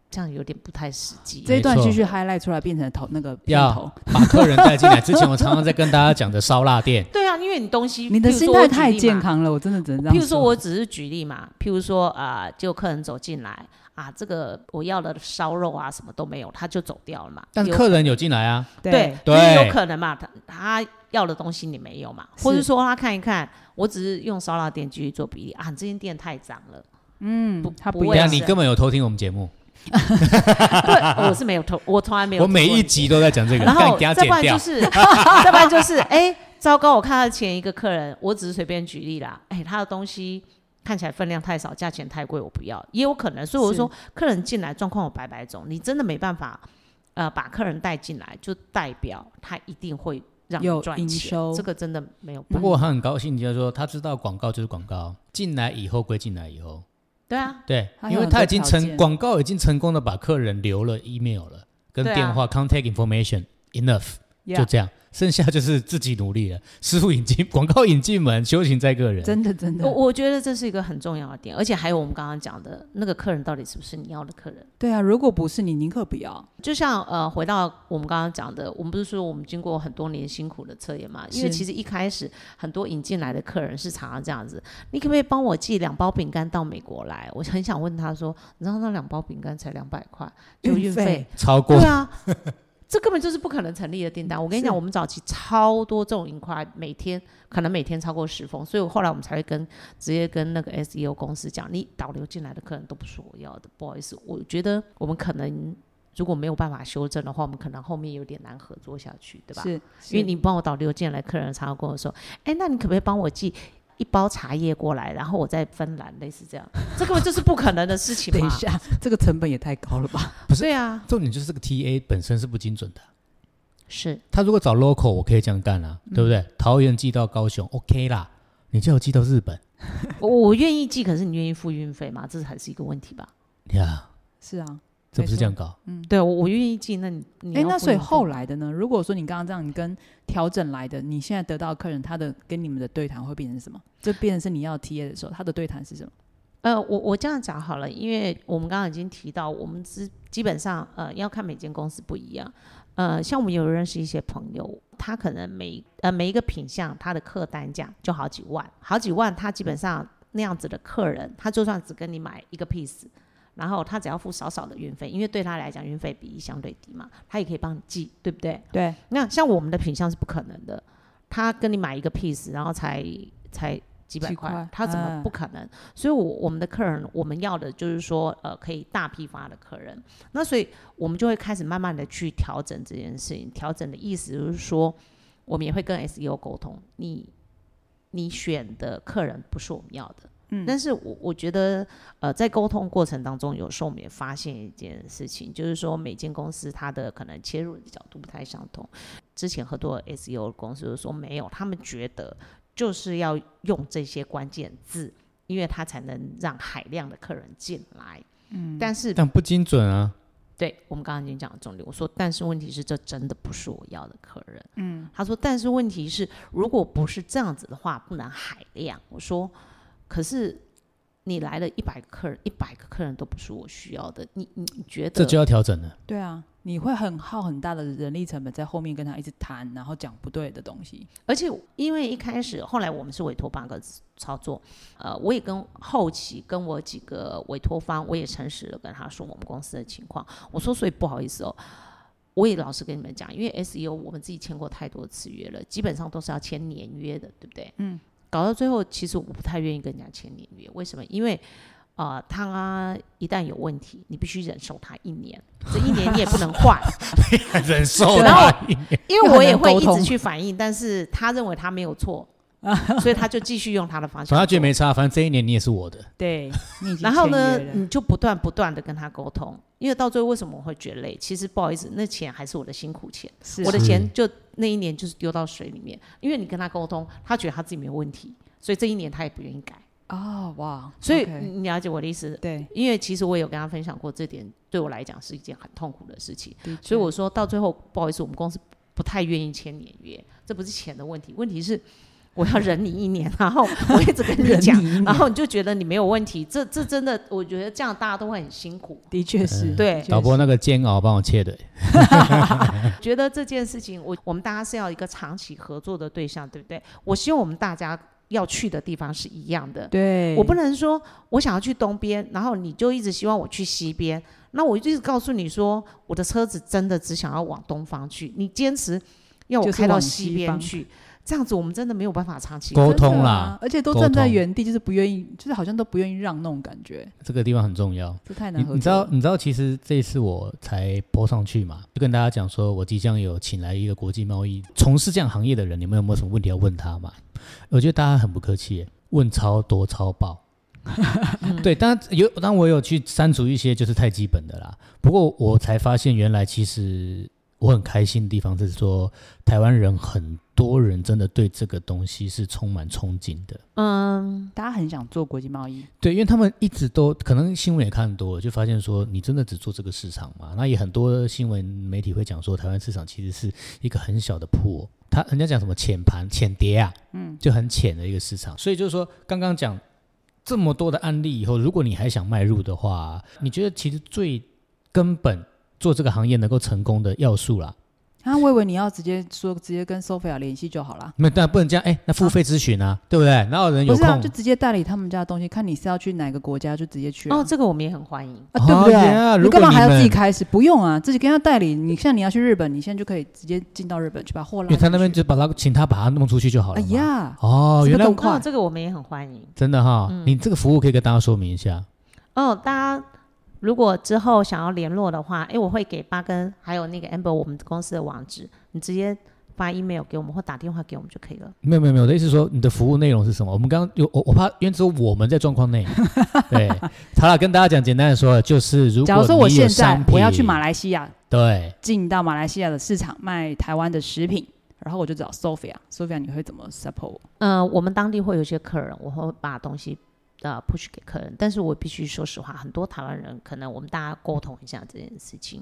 [SPEAKER 1] 这样有点不太实际。
[SPEAKER 2] 这一段
[SPEAKER 3] 没错
[SPEAKER 2] 继续 highlight 出来变成头那个片
[SPEAKER 3] 要
[SPEAKER 2] 头，
[SPEAKER 3] 把客人带进来。之前我常常在跟大家讲的烧腊店，
[SPEAKER 1] 对啊，因为为你东西，
[SPEAKER 2] 你的
[SPEAKER 1] 譬如
[SPEAKER 2] 心
[SPEAKER 1] 说
[SPEAKER 2] 态
[SPEAKER 1] 我举
[SPEAKER 2] 太
[SPEAKER 1] 例嘛
[SPEAKER 2] 健康了，我真的只能这样。
[SPEAKER 1] 譬如说，我只是举例嘛，譬如说啊、呃就客人走进来啊，这个我要的烧肉啊什么都没有，他就走掉了嘛。
[SPEAKER 3] 但
[SPEAKER 1] 有
[SPEAKER 3] 客人有进来啊，
[SPEAKER 1] 对，就
[SPEAKER 3] 对
[SPEAKER 1] 是有可能嘛，他他要的东西你没有嘛，
[SPEAKER 2] 是
[SPEAKER 1] 或者说他看一看，我只是用烧腊店继续做比例啊，你这间店太脏了，
[SPEAKER 2] 嗯
[SPEAKER 1] 不，
[SPEAKER 2] 他
[SPEAKER 1] 不啊
[SPEAKER 2] 一
[SPEAKER 1] 我也
[SPEAKER 3] 等一
[SPEAKER 2] 样
[SPEAKER 3] 下
[SPEAKER 1] 是
[SPEAKER 3] 你根本有偷听我们节目，
[SPEAKER 1] 对，我是没有偷，我从来没有，
[SPEAKER 3] 我每一，集都在讲这个，
[SPEAKER 1] 然后
[SPEAKER 3] 干给他
[SPEAKER 1] 再不然
[SPEAKER 3] 剪
[SPEAKER 1] 就
[SPEAKER 3] 掉。
[SPEAKER 1] 是， 再不然就是，哎，糟糕，我看到前一个客人，我只是随便举例啦，哎，他的东西。看起来分量太少，价钱太贵，我不要，也有可能。所以我
[SPEAKER 2] 是
[SPEAKER 1] 说，客人进来状况有百百种，你真的没办法，呃，把客人带进来，就代表他一定会让
[SPEAKER 2] 有
[SPEAKER 1] 你赚
[SPEAKER 2] 营
[SPEAKER 1] 钱
[SPEAKER 2] 收，
[SPEAKER 1] 这个真的没有办法。
[SPEAKER 3] 不过他很高兴，就是说他知道广告就是广告，进来以后归进来以后，
[SPEAKER 1] 对啊，
[SPEAKER 3] 对，
[SPEAKER 2] 他
[SPEAKER 3] 因
[SPEAKER 2] 有
[SPEAKER 3] 为
[SPEAKER 2] 很
[SPEAKER 3] 他
[SPEAKER 2] 多
[SPEAKER 3] 已经
[SPEAKER 2] 条
[SPEAKER 3] 成
[SPEAKER 2] 件
[SPEAKER 3] 广告已经成功的把客人留了 email 了，跟
[SPEAKER 1] 对啊
[SPEAKER 3] 电话、contact information enough，就
[SPEAKER 2] Yeah，
[SPEAKER 3] 这样，剩下就是自己努力了。师傅引进广告引进门，修行在个人。
[SPEAKER 2] 真的真
[SPEAKER 1] 我
[SPEAKER 2] 的，
[SPEAKER 1] 我觉得这是一个很重要的点，而且还有我们刚刚讲的那个客人到底是不是你要的客人。
[SPEAKER 2] 对啊，如果不是你，宁可不要。
[SPEAKER 1] 就像呃，回到我们刚刚讲的，我们不是说我们经过很多年辛苦的测验嘛？因为
[SPEAKER 2] 是
[SPEAKER 1] 其实一开始很多引进来的客人是常常这样子，你可不可以帮我寄两包饼干到美国来？我很想问他说，你知道那两包饼干才两百块，就
[SPEAKER 2] 运
[SPEAKER 1] 运费
[SPEAKER 2] 费，
[SPEAKER 3] 超过
[SPEAKER 1] 对啊， 这根本就是不可能成立的订单。我跟你
[SPEAKER 2] 是
[SPEAKER 1] 讲，我们早期超多这种 inquiry，每天可能每天超过十封，所以后来我们才会跟直接跟那个 SEO 公司讲，你导流进来的客人都不是我要的，不好意思，我觉得我们可能如果没有办法修正的话，我们可能后面有点难合作下去，对吧？
[SPEAKER 2] 是，
[SPEAKER 1] 因为你帮我导流进来，客人常常跟我说，哎，那你可不可以帮我寄？一包茶叶过来，然后我再芬兰，类似这样，这根本就是不可能的事
[SPEAKER 2] 是
[SPEAKER 1] 情
[SPEAKER 2] 等
[SPEAKER 1] 嘛
[SPEAKER 2] 一。下，这个成本也太高了 吧？
[SPEAKER 3] 不是
[SPEAKER 1] 对啊，
[SPEAKER 3] 重点就是这个 TA 本身是不精准的。
[SPEAKER 1] 是
[SPEAKER 3] 他如果找 local，我可以这样干
[SPEAKER 2] 嗯
[SPEAKER 3] 啊，对不对？桃园寄到高雄，OK 啦。你叫我寄到日本
[SPEAKER 1] 我我愿意寄，可是你愿意付运费吗？这还是一个问题吧？
[SPEAKER 3] 呀，
[SPEAKER 2] 是啊，
[SPEAKER 3] 这不是这样搞。
[SPEAKER 1] 对，我我愿意寄，那你你
[SPEAKER 2] 哎，
[SPEAKER 1] 要
[SPEAKER 2] 那
[SPEAKER 1] 付
[SPEAKER 2] 所以
[SPEAKER 1] 运费
[SPEAKER 2] 后
[SPEAKER 1] 吗
[SPEAKER 2] 来的呢？如果说你刚刚这样，你跟调整来的，你现在得到的客人他的跟你们的对谈会变成什么？就变成是你要 T A 的时候，他的对谈是什么？
[SPEAKER 1] 呃，我我这样讲好了，因为我们刚刚已经提到，我们基基本上呃要看每间公司不一样。呃，像我们有认识一些朋友，他可能每呃每一个品项他的客单价就好几万，好几万，他基本上那样子的客人，他就算只跟你买一个 piece。然后他只要付少少的运费，因为对他来讲运费比例相对低嘛，他也可以帮你寄，对不对？
[SPEAKER 2] 对，
[SPEAKER 1] 那像我们的品相是不可能的，他跟你买一个 piece，然后才才几百
[SPEAKER 2] 几
[SPEAKER 1] 块
[SPEAKER 2] 块，
[SPEAKER 1] 他怎么
[SPEAKER 2] 嗯
[SPEAKER 1] 不可能？所以我，我们的客人，我们要的就是说，呃，可以大批发的客人。那所以，我们就会开始慢慢的去调整这件事情。调整的意思就是说，我们也会跟 SEO 沟通，你你选的客人不是我们要的。
[SPEAKER 2] 嗯
[SPEAKER 1] 但是我我觉得，呃，在沟通过程当中，有时候我们也发现一件事情，就是说每间公司它的可能切入的角度不太相同。之前合作的 SEO 的公司就说没有，他们觉得就是要用这些关键字，因为它才能让海量的客人进来。嗯，但是
[SPEAKER 3] 但不精准啊，
[SPEAKER 1] 对我们刚刚已经讲了重点，我说，但是问题是，这真的不是我要的客人。嗯，他说，但是问题是，如果不是这样子的话，不能海量。我说，可是你来了一百个客人，一百个客人都不是我需要的，你你你觉得
[SPEAKER 3] 这就要调整了。
[SPEAKER 2] 对啊，你会很耗很大的人力成本在后面跟他一直谈，然后讲不对的东西。
[SPEAKER 1] 而且因为一开始后来我们是委托八个操作，呃，我也跟后期跟我几个委托方，我也诚实的跟他说我们公司的情况，我说所以不好意思哦。我也老实跟你们讲，因为 SEO 我们自己签过太多次约了，基本上都是要签年约的，对不对？嗯。搞到最后，其实我不太愿意跟人家签年约，为什么？因为，呃，他一旦有问题，你必须忍受他一年，这一年你也不能换，
[SPEAKER 3] 忍受啊
[SPEAKER 1] 然后
[SPEAKER 3] 他，
[SPEAKER 1] 因为我也会
[SPEAKER 2] 又
[SPEAKER 1] 一
[SPEAKER 2] 很难沟
[SPEAKER 1] 直
[SPEAKER 2] 通
[SPEAKER 1] 去反映，但是他认为他没有 错，所以他就继续用他的方
[SPEAKER 3] 反正
[SPEAKER 1] 向
[SPEAKER 3] 他觉得
[SPEAKER 1] 做。
[SPEAKER 3] 没差，反正这一年你也是我的。
[SPEAKER 2] 对，你已经
[SPEAKER 1] 然后呢
[SPEAKER 2] 签约，了
[SPEAKER 1] 你就不断不断的跟他沟通，因为到最后为什么我会觉得累？其实不好意思，那钱还是我的辛苦钱，
[SPEAKER 2] 是啊
[SPEAKER 1] 我的
[SPEAKER 3] 是
[SPEAKER 1] 钱就那一年就是丢到水里面，因为你跟他沟通，他觉得他自己没有问题，所以这一年他也不愿意改。
[SPEAKER 2] 哦哇，
[SPEAKER 1] 所以
[SPEAKER 2] OK，
[SPEAKER 1] 你了解我的意思？
[SPEAKER 2] 对，
[SPEAKER 1] 因为其实我有跟他分享过这点，对我来讲是一件很痛苦的事情。
[SPEAKER 2] 的
[SPEAKER 1] 所以
[SPEAKER 2] 确
[SPEAKER 1] 我说到最后，不好意思，我们公司不太愿意签年约，这不是钱的问题，问题是我要忍你一年，然后我一直跟你
[SPEAKER 2] 忍
[SPEAKER 1] 讲
[SPEAKER 2] 你一，年
[SPEAKER 1] 然后你就觉得你没有问题。这这真的，我觉得这样大家都会很辛苦。
[SPEAKER 2] 的确是，
[SPEAKER 3] 嗯
[SPEAKER 1] 对
[SPEAKER 2] 确
[SPEAKER 3] 导播
[SPEAKER 2] 是
[SPEAKER 3] 那个煎熬帮我切的，
[SPEAKER 1] 觉得这件事情，我我们大家是要一个长期合作的对象，对不对？我希望我们大家要去的地方是一样的。
[SPEAKER 2] 对，
[SPEAKER 1] 我不能说我想要去东边，然后你就一直希望我去西边，那我就一直告诉你说，我的车子真的只想要往东方去，你坚持要我
[SPEAKER 2] 就是
[SPEAKER 1] 开到
[SPEAKER 2] 往
[SPEAKER 1] 西
[SPEAKER 2] 西
[SPEAKER 1] 边
[SPEAKER 2] 方
[SPEAKER 1] 去，这样子我们真的没有办法长期
[SPEAKER 3] 沟
[SPEAKER 1] 合
[SPEAKER 2] 真的
[SPEAKER 1] 作。
[SPEAKER 3] 通啦
[SPEAKER 2] 啊而且都
[SPEAKER 3] 沟
[SPEAKER 2] 站在
[SPEAKER 3] 通
[SPEAKER 2] 原地，就是不愿意，就是好像都不愿意让那种感觉，
[SPEAKER 3] 这个地方很重要。
[SPEAKER 2] 这太难
[SPEAKER 3] 你
[SPEAKER 2] 合作了。
[SPEAKER 3] 你知道，你知道，其实这次我才播上去嘛，就跟大家讲说，我即将有请来一个国际贸易从事这样行业的人，你们有没有什么问题要问他嘛？我觉得大家很不客气耶，问超多 超爆。对，当然有，当然我有去删除一些就是太基本的啦。不过我才发现，原来其实我很开心的地方是说，台湾人很多人真的对这个东西是充满憧憬的。
[SPEAKER 1] 嗯，
[SPEAKER 2] 大家很想做国际贸易，
[SPEAKER 3] 对，因为他们一直都可能新闻也看多了，就发现说你真的只做这个市场嘛？那也很多新闻媒体会讲说，台湾市场其实是一个很小的铺、哦，他人家讲什么浅盘、浅碟啊，嗯，就很浅的一个市场。所以就是说，刚刚讲这么多的案例以后，如果你还想迈入的话，你觉得其实最根本做这个行业能够成功的要素啦，
[SPEAKER 2] 啊，我以为你要直接说直接跟 Sophia 联系就好啦。
[SPEAKER 3] 那但不能这样，哎，那付费咨询啊，对不对？哪有人有
[SPEAKER 2] 不是
[SPEAKER 3] 空？
[SPEAKER 2] 啊，就直接代理他们家的东西，看你是要去哪个国家就直接去啊、
[SPEAKER 1] 哦，这个我们也很欢迎。
[SPEAKER 2] 啊，对不对？
[SPEAKER 3] 哦，yeah，
[SPEAKER 2] 你
[SPEAKER 3] 如果
[SPEAKER 2] 干嘛还要
[SPEAKER 3] 你们
[SPEAKER 2] 自己开始？不用啊，自己跟他代理。你像你要去日本，你现在就可以直接进到日本去把货拉
[SPEAKER 3] 因
[SPEAKER 2] 进去。
[SPEAKER 3] 为他那边就把他请他把他弄出去就好了
[SPEAKER 2] 哎
[SPEAKER 3] 嘛。
[SPEAKER 2] 呀，
[SPEAKER 3] 哦，
[SPEAKER 2] 是不是
[SPEAKER 3] 原来
[SPEAKER 2] 更快
[SPEAKER 1] 哦，这个我们也很欢迎。
[SPEAKER 3] 真的哈、
[SPEAKER 2] 嗯
[SPEAKER 3] 你这个服务可以跟大家说明一下。
[SPEAKER 1] 哦，大家如果之后想要联络的话，诶，我会给八根还有那个 Amber 我们公司的网址，你直接发 email 给我们或打电话给我们就可以了。
[SPEAKER 3] 没有没有没有，我的意思是说你的服务内容是什么？我们刚刚有我我怕，因为只有我们在 状况内。对，好了，跟大家讲，简单的说了，就是如果
[SPEAKER 2] 假如说我
[SPEAKER 3] 你有
[SPEAKER 2] 现在
[SPEAKER 3] 商
[SPEAKER 2] 我要
[SPEAKER 3] 品
[SPEAKER 2] 去马来西亚，
[SPEAKER 3] 对，
[SPEAKER 2] 进到马来西亚的市场卖台湾的食品，然后我就找 Sophia，Sophia 你会怎么 support 我？
[SPEAKER 1] 呃，我们当地会有一些客人，我会把东西呃 push 给客人，但是我必须说实话，很多台湾人可能我们大家沟通一下这件事情，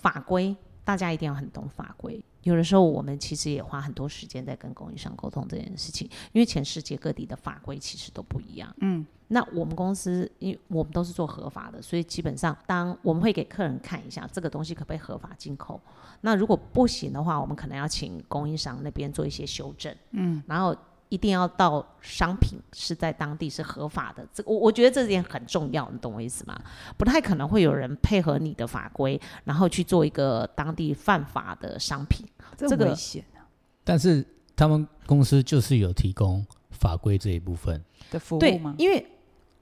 [SPEAKER 1] 法规大家一定要很懂法规。有的时候我们其实也花很多时间在跟供应商沟通这件事情，因为全世界各地的法规其实都不一样。
[SPEAKER 2] 嗯，
[SPEAKER 1] 那我们公司，因为我们都是做合法的，所以基本上当我们会给客人看一下这个东西可不可以合法进口。那如果不行的话，我们可能要请供应商那边做一些修正。嗯，然后一定要到商品是在当地是合法的。这我我觉得这点很重要，你懂我意思吗？不太可能会有人配合你的法规，然后去做一个当地犯法的商品。
[SPEAKER 2] 这
[SPEAKER 1] 这个
[SPEAKER 2] 危险啊
[SPEAKER 3] 但是他们公司就是有提供法规这一部分。
[SPEAKER 2] 的服务
[SPEAKER 1] 对
[SPEAKER 2] 吗，？
[SPEAKER 1] 因为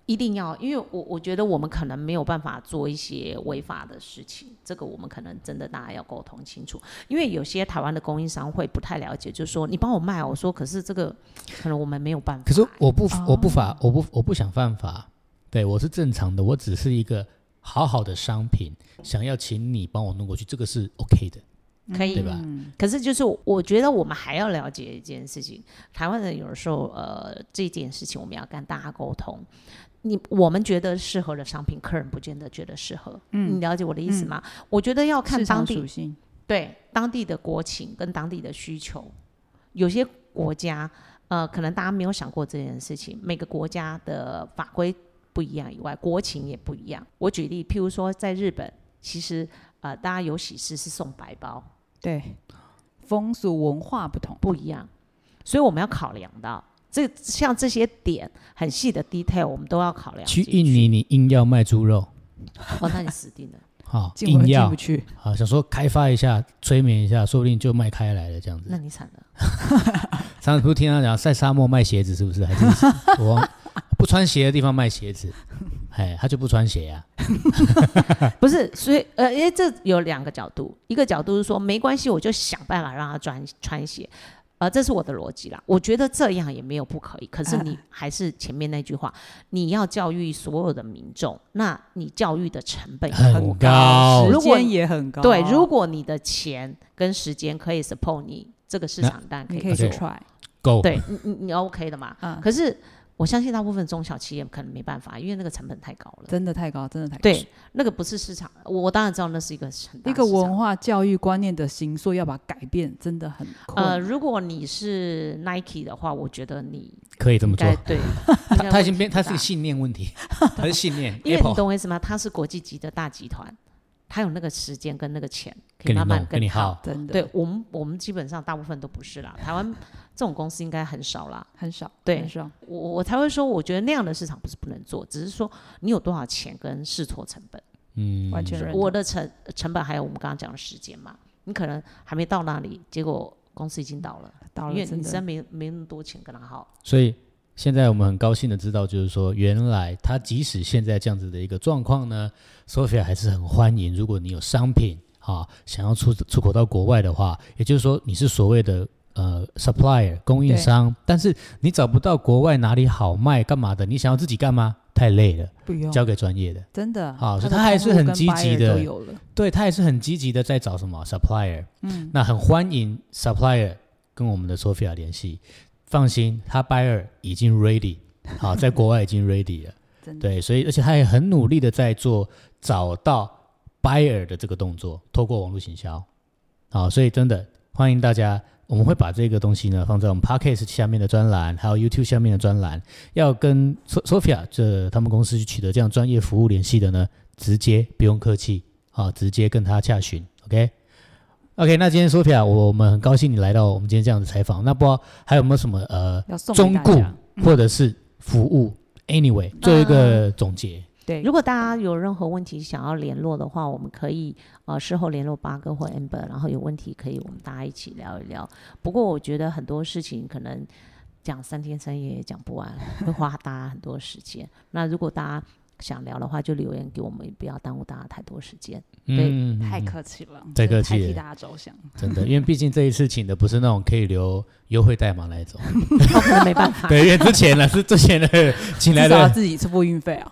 [SPEAKER 1] 一定要，因为我我觉得我们可能没有办法做一些违法的事情，这个我们可能真的大家要沟通清楚。因为有些台湾的供应商会不太了解，就说你帮我卖哦，我说可是这个可能我们没有办法。
[SPEAKER 3] 可是我不、
[SPEAKER 2] 哦
[SPEAKER 3] 我不法我不我不想犯法，对我是正常的，我只是一个好好的商品，想要请你帮我弄过去，这个是 OK 的。
[SPEAKER 1] 可以
[SPEAKER 3] 对吧
[SPEAKER 2] 嗯
[SPEAKER 1] 可是就是我觉得我们还要了解一件事情，台湾人有的时候呃这件事情我们要跟大家沟通。你我们觉得适合的商品，客人不见得觉得适合。嗯，你了解我的意思吗？我觉得要看
[SPEAKER 2] 嗯市
[SPEAKER 1] 当
[SPEAKER 2] 场
[SPEAKER 1] 地
[SPEAKER 2] 属性，
[SPEAKER 1] 对当地的国情跟当地的需求，有些国家呃，可能大家没有想过这件事情，每个国家的法规不一样以外，国情也不一样。我举例，譬如说在日本，其实呃，大家有喜事是送白包，
[SPEAKER 2] 对，风俗文化不同，
[SPEAKER 1] 不一样，所以我们要考量到这像这些点很细的 detail，我们都要考量
[SPEAKER 3] 去
[SPEAKER 1] 进
[SPEAKER 3] 印尼你硬要卖猪肉，
[SPEAKER 1] 哦，那你死定了。
[SPEAKER 3] 好、
[SPEAKER 2] 进
[SPEAKER 3] 硬
[SPEAKER 2] 我进
[SPEAKER 3] 要
[SPEAKER 2] 不去，
[SPEAKER 3] 啊，想说开发一下，催眠一下，说不定就卖开来了这样子
[SPEAKER 1] 那。你惨了。
[SPEAKER 3] 上次不是听他讲在沙漠卖鞋子是不是？还是 我忘不穿鞋的地方卖鞋子？哎，他就不穿鞋呀、
[SPEAKER 1] 不是，所以呃，因为这有两个角度，一个角度是说没关系，我就想办法让他穿穿鞋，呃，这是我的逻辑啦。我觉得这样也没有不可以，可是
[SPEAKER 3] 啊
[SPEAKER 1] 你还是前面那句话，你要教育所有的民众，那你教育的成本
[SPEAKER 3] 很
[SPEAKER 1] 多
[SPEAKER 3] 高
[SPEAKER 1] 如
[SPEAKER 2] 时
[SPEAKER 1] 果
[SPEAKER 2] 间也很高。
[SPEAKER 1] 对，如果你的钱跟时间可以 support 你这个市
[SPEAKER 3] 那
[SPEAKER 1] 场，当然可
[SPEAKER 2] 你
[SPEAKER 1] 以做，
[SPEAKER 2] 可以去
[SPEAKER 3] 做
[SPEAKER 2] try，
[SPEAKER 3] 够
[SPEAKER 1] 对你你你 OK 的嘛？
[SPEAKER 2] 嗯
[SPEAKER 1] 可是我相信大部分中小企业可能没办法，因为那个成本太高了。
[SPEAKER 2] 真的太高，真的太高。
[SPEAKER 1] 对，那个不是市场，我我当然知道那是一个很大的
[SPEAKER 2] 一个
[SPEAKER 1] 市场
[SPEAKER 2] 文化教育观念的形塑要把它改变，真的很困
[SPEAKER 1] 呃，
[SPEAKER 2] 难。
[SPEAKER 1] 如果你是 Nike 的话，我觉得你
[SPEAKER 3] 可以这么
[SPEAKER 1] 应
[SPEAKER 3] 做
[SPEAKER 1] 该。 对，应该
[SPEAKER 3] 他他已经
[SPEAKER 1] 问题
[SPEAKER 3] 变，
[SPEAKER 1] 不
[SPEAKER 3] 他是
[SPEAKER 1] 大
[SPEAKER 3] 个信念 问题，他是信念。
[SPEAKER 1] 因为你
[SPEAKER 3] Apple
[SPEAKER 1] 懂我意思吗？它是国际级的大集团，它有那个时间跟那个钱，可
[SPEAKER 3] 跟
[SPEAKER 1] 以
[SPEAKER 3] 你
[SPEAKER 1] 慢慢
[SPEAKER 3] 弄，跟你
[SPEAKER 1] 耗。
[SPEAKER 3] 耗，
[SPEAKER 2] 真的
[SPEAKER 1] 对我们，我们基本上大部分都不是啦。台湾这种公司应该很少啦。
[SPEAKER 2] 很少，
[SPEAKER 1] 对
[SPEAKER 2] 很少，
[SPEAKER 1] 我我才会说，我觉得那样的市场不是不能做，只是说你有多少钱跟试错成本。
[SPEAKER 3] 嗯，
[SPEAKER 2] 完全认同
[SPEAKER 1] 我的成呃成本还有我们刚刚讲的时间嘛，你可能还没到那里，结果公司已经倒了，
[SPEAKER 2] 到
[SPEAKER 1] 因为
[SPEAKER 2] 了真
[SPEAKER 1] 你真
[SPEAKER 2] 的
[SPEAKER 1] 没没那么多钱跟他耗。
[SPEAKER 3] 所以现在我们很高兴的知道，就是说，原来他即使现在这样子的一个状况呢，Sophia 还是很欢迎。如果你有商品啊，想要出出口到国外的话，也就是说你是所谓的。呃，supplier 供应商，但是你找不到国外哪里好卖，干嘛的？你想要自己干嘛？太累了，
[SPEAKER 2] 不用，
[SPEAKER 3] 交给专业的。
[SPEAKER 2] 真的
[SPEAKER 3] 好所以
[SPEAKER 2] 的
[SPEAKER 3] 他还是
[SPEAKER 2] 通路
[SPEAKER 3] 很
[SPEAKER 2] 跟
[SPEAKER 3] 积极
[SPEAKER 2] buyer
[SPEAKER 3] 的
[SPEAKER 2] 都有了，
[SPEAKER 3] 对他也是很积极的在找什么 supplier，嗯，那很欢迎 supplier 跟我们的 Sophia 联系。放心，他 buyer 已经 ready，好， 啊在国外已经 ready 了。
[SPEAKER 2] 真的
[SPEAKER 3] 对，所以而且他也很努力的在做找到 buyer 的这个动作，透过网络行销。好，所以真的欢迎大家，我们会把这个东西呢放在我们 podcast 下面的专栏，还有 YouTube 下面的专栏。要跟 So- Sophia 这他们公司去取得这样专业服务联系的呢，直接不用客气，好，直接跟他洽询。OK。OK，那今天 Sophia，我我们很高兴你来到我们今天这样的采访。那不知道还有没有什么呃
[SPEAKER 2] 要送给
[SPEAKER 3] 中
[SPEAKER 2] 大
[SPEAKER 3] 顾
[SPEAKER 2] 家
[SPEAKER 3] 嗯或者是服务。Anyway，做
[SPEAKER 2] 嗯
[SPEAKER 3] 一个总结，
[SPEAKER 2] 对
[SPEAKER 1] 如果大家有任何问题想要联络的话，我们可以呃事后联络八哥或 amber，然后有问题可以我们大家一起聊一聊。不过我觉得很多事情可能讲三天三夜也讲不完，会花大家很多时间。那如果大家想聊的话，就留言给我们，不要耽误大家太多时 间。对
[SPEAKER 3] 嗯，
[SPEAKER 2] 太客气了，
[SPEAKER 3] 太
[SPEAKER 2] 真的
[SPEAKER 3] 客气
[SPEAKER 2] 太替
[SPEAKER 3] 了
[SPEAKER 2] 大家着想，
[SPEAKER 3] 真的，因为毕竟这一次请的不是那种可以留优惠代码那一 种，
[SPEAKER 1] 我可能没办法。
[SPEAKER 3] 对，因为之前呢是之前的请来
[SPEAKER 2] 至少要
[SPEAKER 3] 的。
[SPEAKER 2] 自己付运费啊，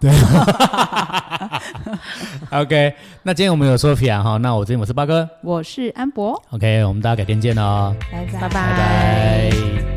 [SPEAKER 3] OK，那今天我们有 Sophia 哈，那我这边我是八哥
[SPEAKER 2] 我是安博，
[SPEAKER 3] ，OK，我们大家改天见哦，
[SPEAKER 2] 拜
[SPEAKER 1] 拜
[SPEAKER 2] 拜
[SPEAKER 1] 拜
[SPEAKER 3] 拜拜